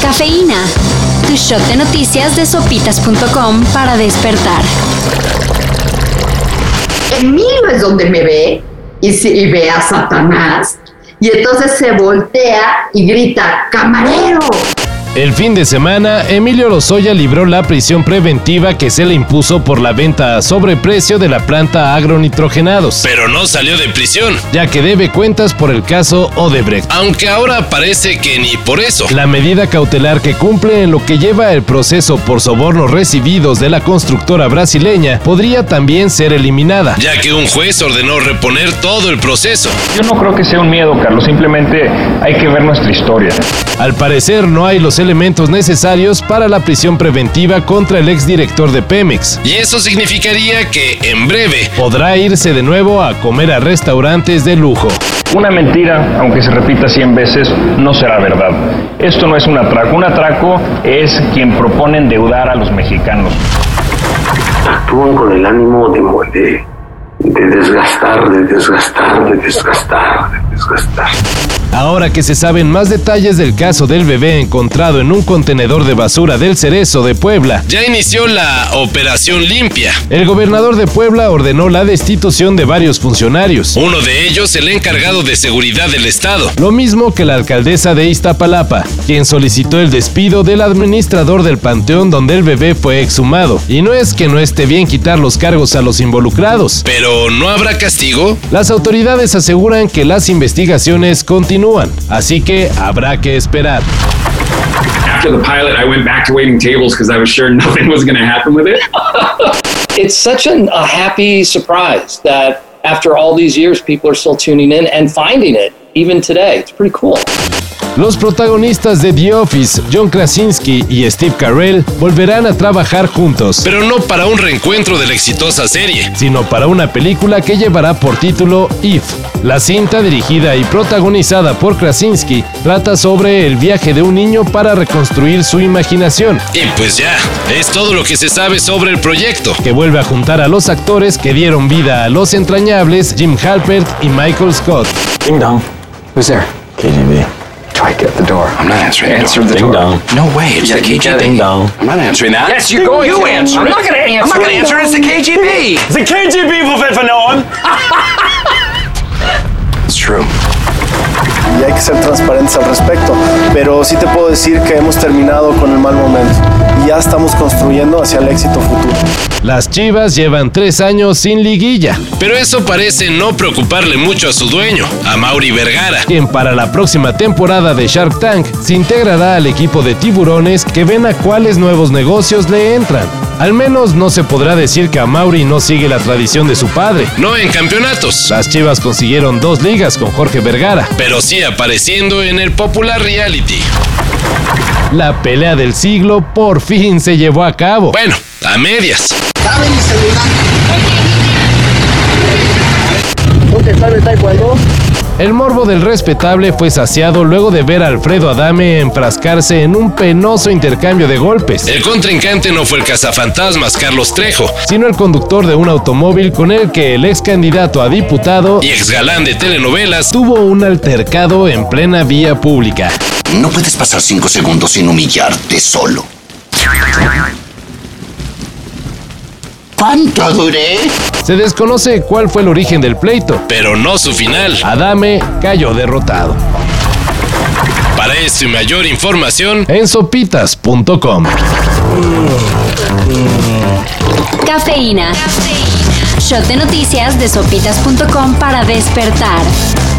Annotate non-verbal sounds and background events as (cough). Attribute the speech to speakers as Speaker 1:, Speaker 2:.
Speaker 1: Cafeína. Tu shot de noticias de sopitas.com para despertar.
Speaker 2: Emilio es donde me ve y, se- y ve a Satanás. Y entonces se voltea y grita, camarero.
Speaker 3: El fin de semana, Emilio Lozoya libró la prisión preventiva que se le impuso por la venta a sobreprecio de la planta agronitrogenados. Pero no salió de prisión, ya que debe cuentas por el caso Odebrecht. Aunque ahora parece que ni por eso. La medida cautelar que cumple en lo que lleva el proceso por sobornos recibidos de la constructora brasileña podría también ser eliminada, ya que un juez ordenó reponer todo el proceso.
Speaker 4: Yo no creo que sea un miedo, Carlos. Simplemente hay que ver nuestra historia.
Speaker 3: Al parecer no hay los elementos necesarios para la prisión preventiva contra el exdirector de Pemex. Y eso significaría que en breve podrá irse de nuevo a comer a restaurantes de lujo.
Speaker 4: Una mentira, aunque se repita 100 veces, no será verdad. Esto no es un atraco. Un atraco es quien propone endeudar a los mexicanos.
Speaker 5: actúan con el ánimo de, mo- de, de desgastar, de desgastar, de desgastar, de desgastar.
Speaker 3: Ahora que se saben más detalles del caso del bebé encontrado en un contenedor de basura del Cerezo de Puebla, ya inició la Operación Limpia. El gobernador de Puebla ordenó la destitución de varios funcionarios. Uno de ellos el encargado de seguridad del Estado. Lo mismo que la alcaldesa de Iztapalapa, quien solicitó el despido del administrador del panteón donde el bebé fue exhumado. Y no es que no esté bien quitar los cargos a los involucrados. Pero no habrá castigo. Las autoridades aseguran que las investigaciones continúan, así que habrá que esperar.
Speaker 6: after the pilot, I went back to waiting tables because I was sure (laughs) nothing was going to happen with it.
Speaker 7: it's such an, a happy surprise that after all these years, people are still tuning in and finding it even today. It's pretty cool.
Speaker 3: Los protagonistas de The Office, John Krasinski y Steve Carell, volverán a trabajar juntos. Pero no para un reencuentro de la exitosa serie, sino para una película que llevará por título If. La cinta dirigida y protagonizada por Krasinski trata sobre el viaje de un niño para reconstruir su imaginación. Y pues ya, es todo lo que se sabe sobre el proyecto, que vuelve a juntar a los actores que dieron vida a los entrañables Jim Halpert y Michael Scott.
Speaker 8: Ding dong. Who's there? KGB. Try to get the door.
Speaker 5: I'm not answering.
Speaker 8: Answer the door. Ding dong. No way. It's the KGB. Ding dong.
Speaker 5: I'm not answering that. Yes, you're going to answer. I'm not going to answer. I'm not going to answer. It's the KGB.
Speaker 8: The KGB will fit for no one.
Speaker 5: It's true.
Speaker 9: y hay que ser transparentes al respecto. Pero sí te puedo decir que hemos terminado con el mal momento y ya estamos construyendo hacia el éxito futuro.
Speaker 3: Las Chivas llevan tres años sin liguilla. Pero eso parece no preocuparle mucho a su dueño, a Mauri Vergara, quien para la próxima temporada de Shark Tank se integrará al equipo de tiburones que ven a cuáles nuevos negocios le entran. Al menos no se podrá decir que a Mauri no sigue la tradición de su padre. No en campeonatos. Las Chivas consiguieron dos ligas con Jorge Vergara. Pero sí apareciendo en el popular reality. La pelea del siglo por fin se llevó a cabo. Bueno, a medias. El morbo del respetable fue saciado luego de ver a Alfredo Adame enfrascarse en un penoso intercambio de golpes. El contrincante no fue el cazafantasmas Carlos Trejo, sino el conductor de un automóvil con el que el ex candidato a diputado y ex galán de telenovelas tuvo un altercado en plena vía pública.
Speaker 5: No puedes pasar cinco segundos sin humillarte solo. ¿Cuánto duré?
Speaker 3: Se desconoce cuál fue el origen del pleito, pero no su final. Adame cayó derrotado. Para esto y mayor información en sopitas.com.
Speaker 1: Cafeína. Shot de noticias de sopitas.com para despertar.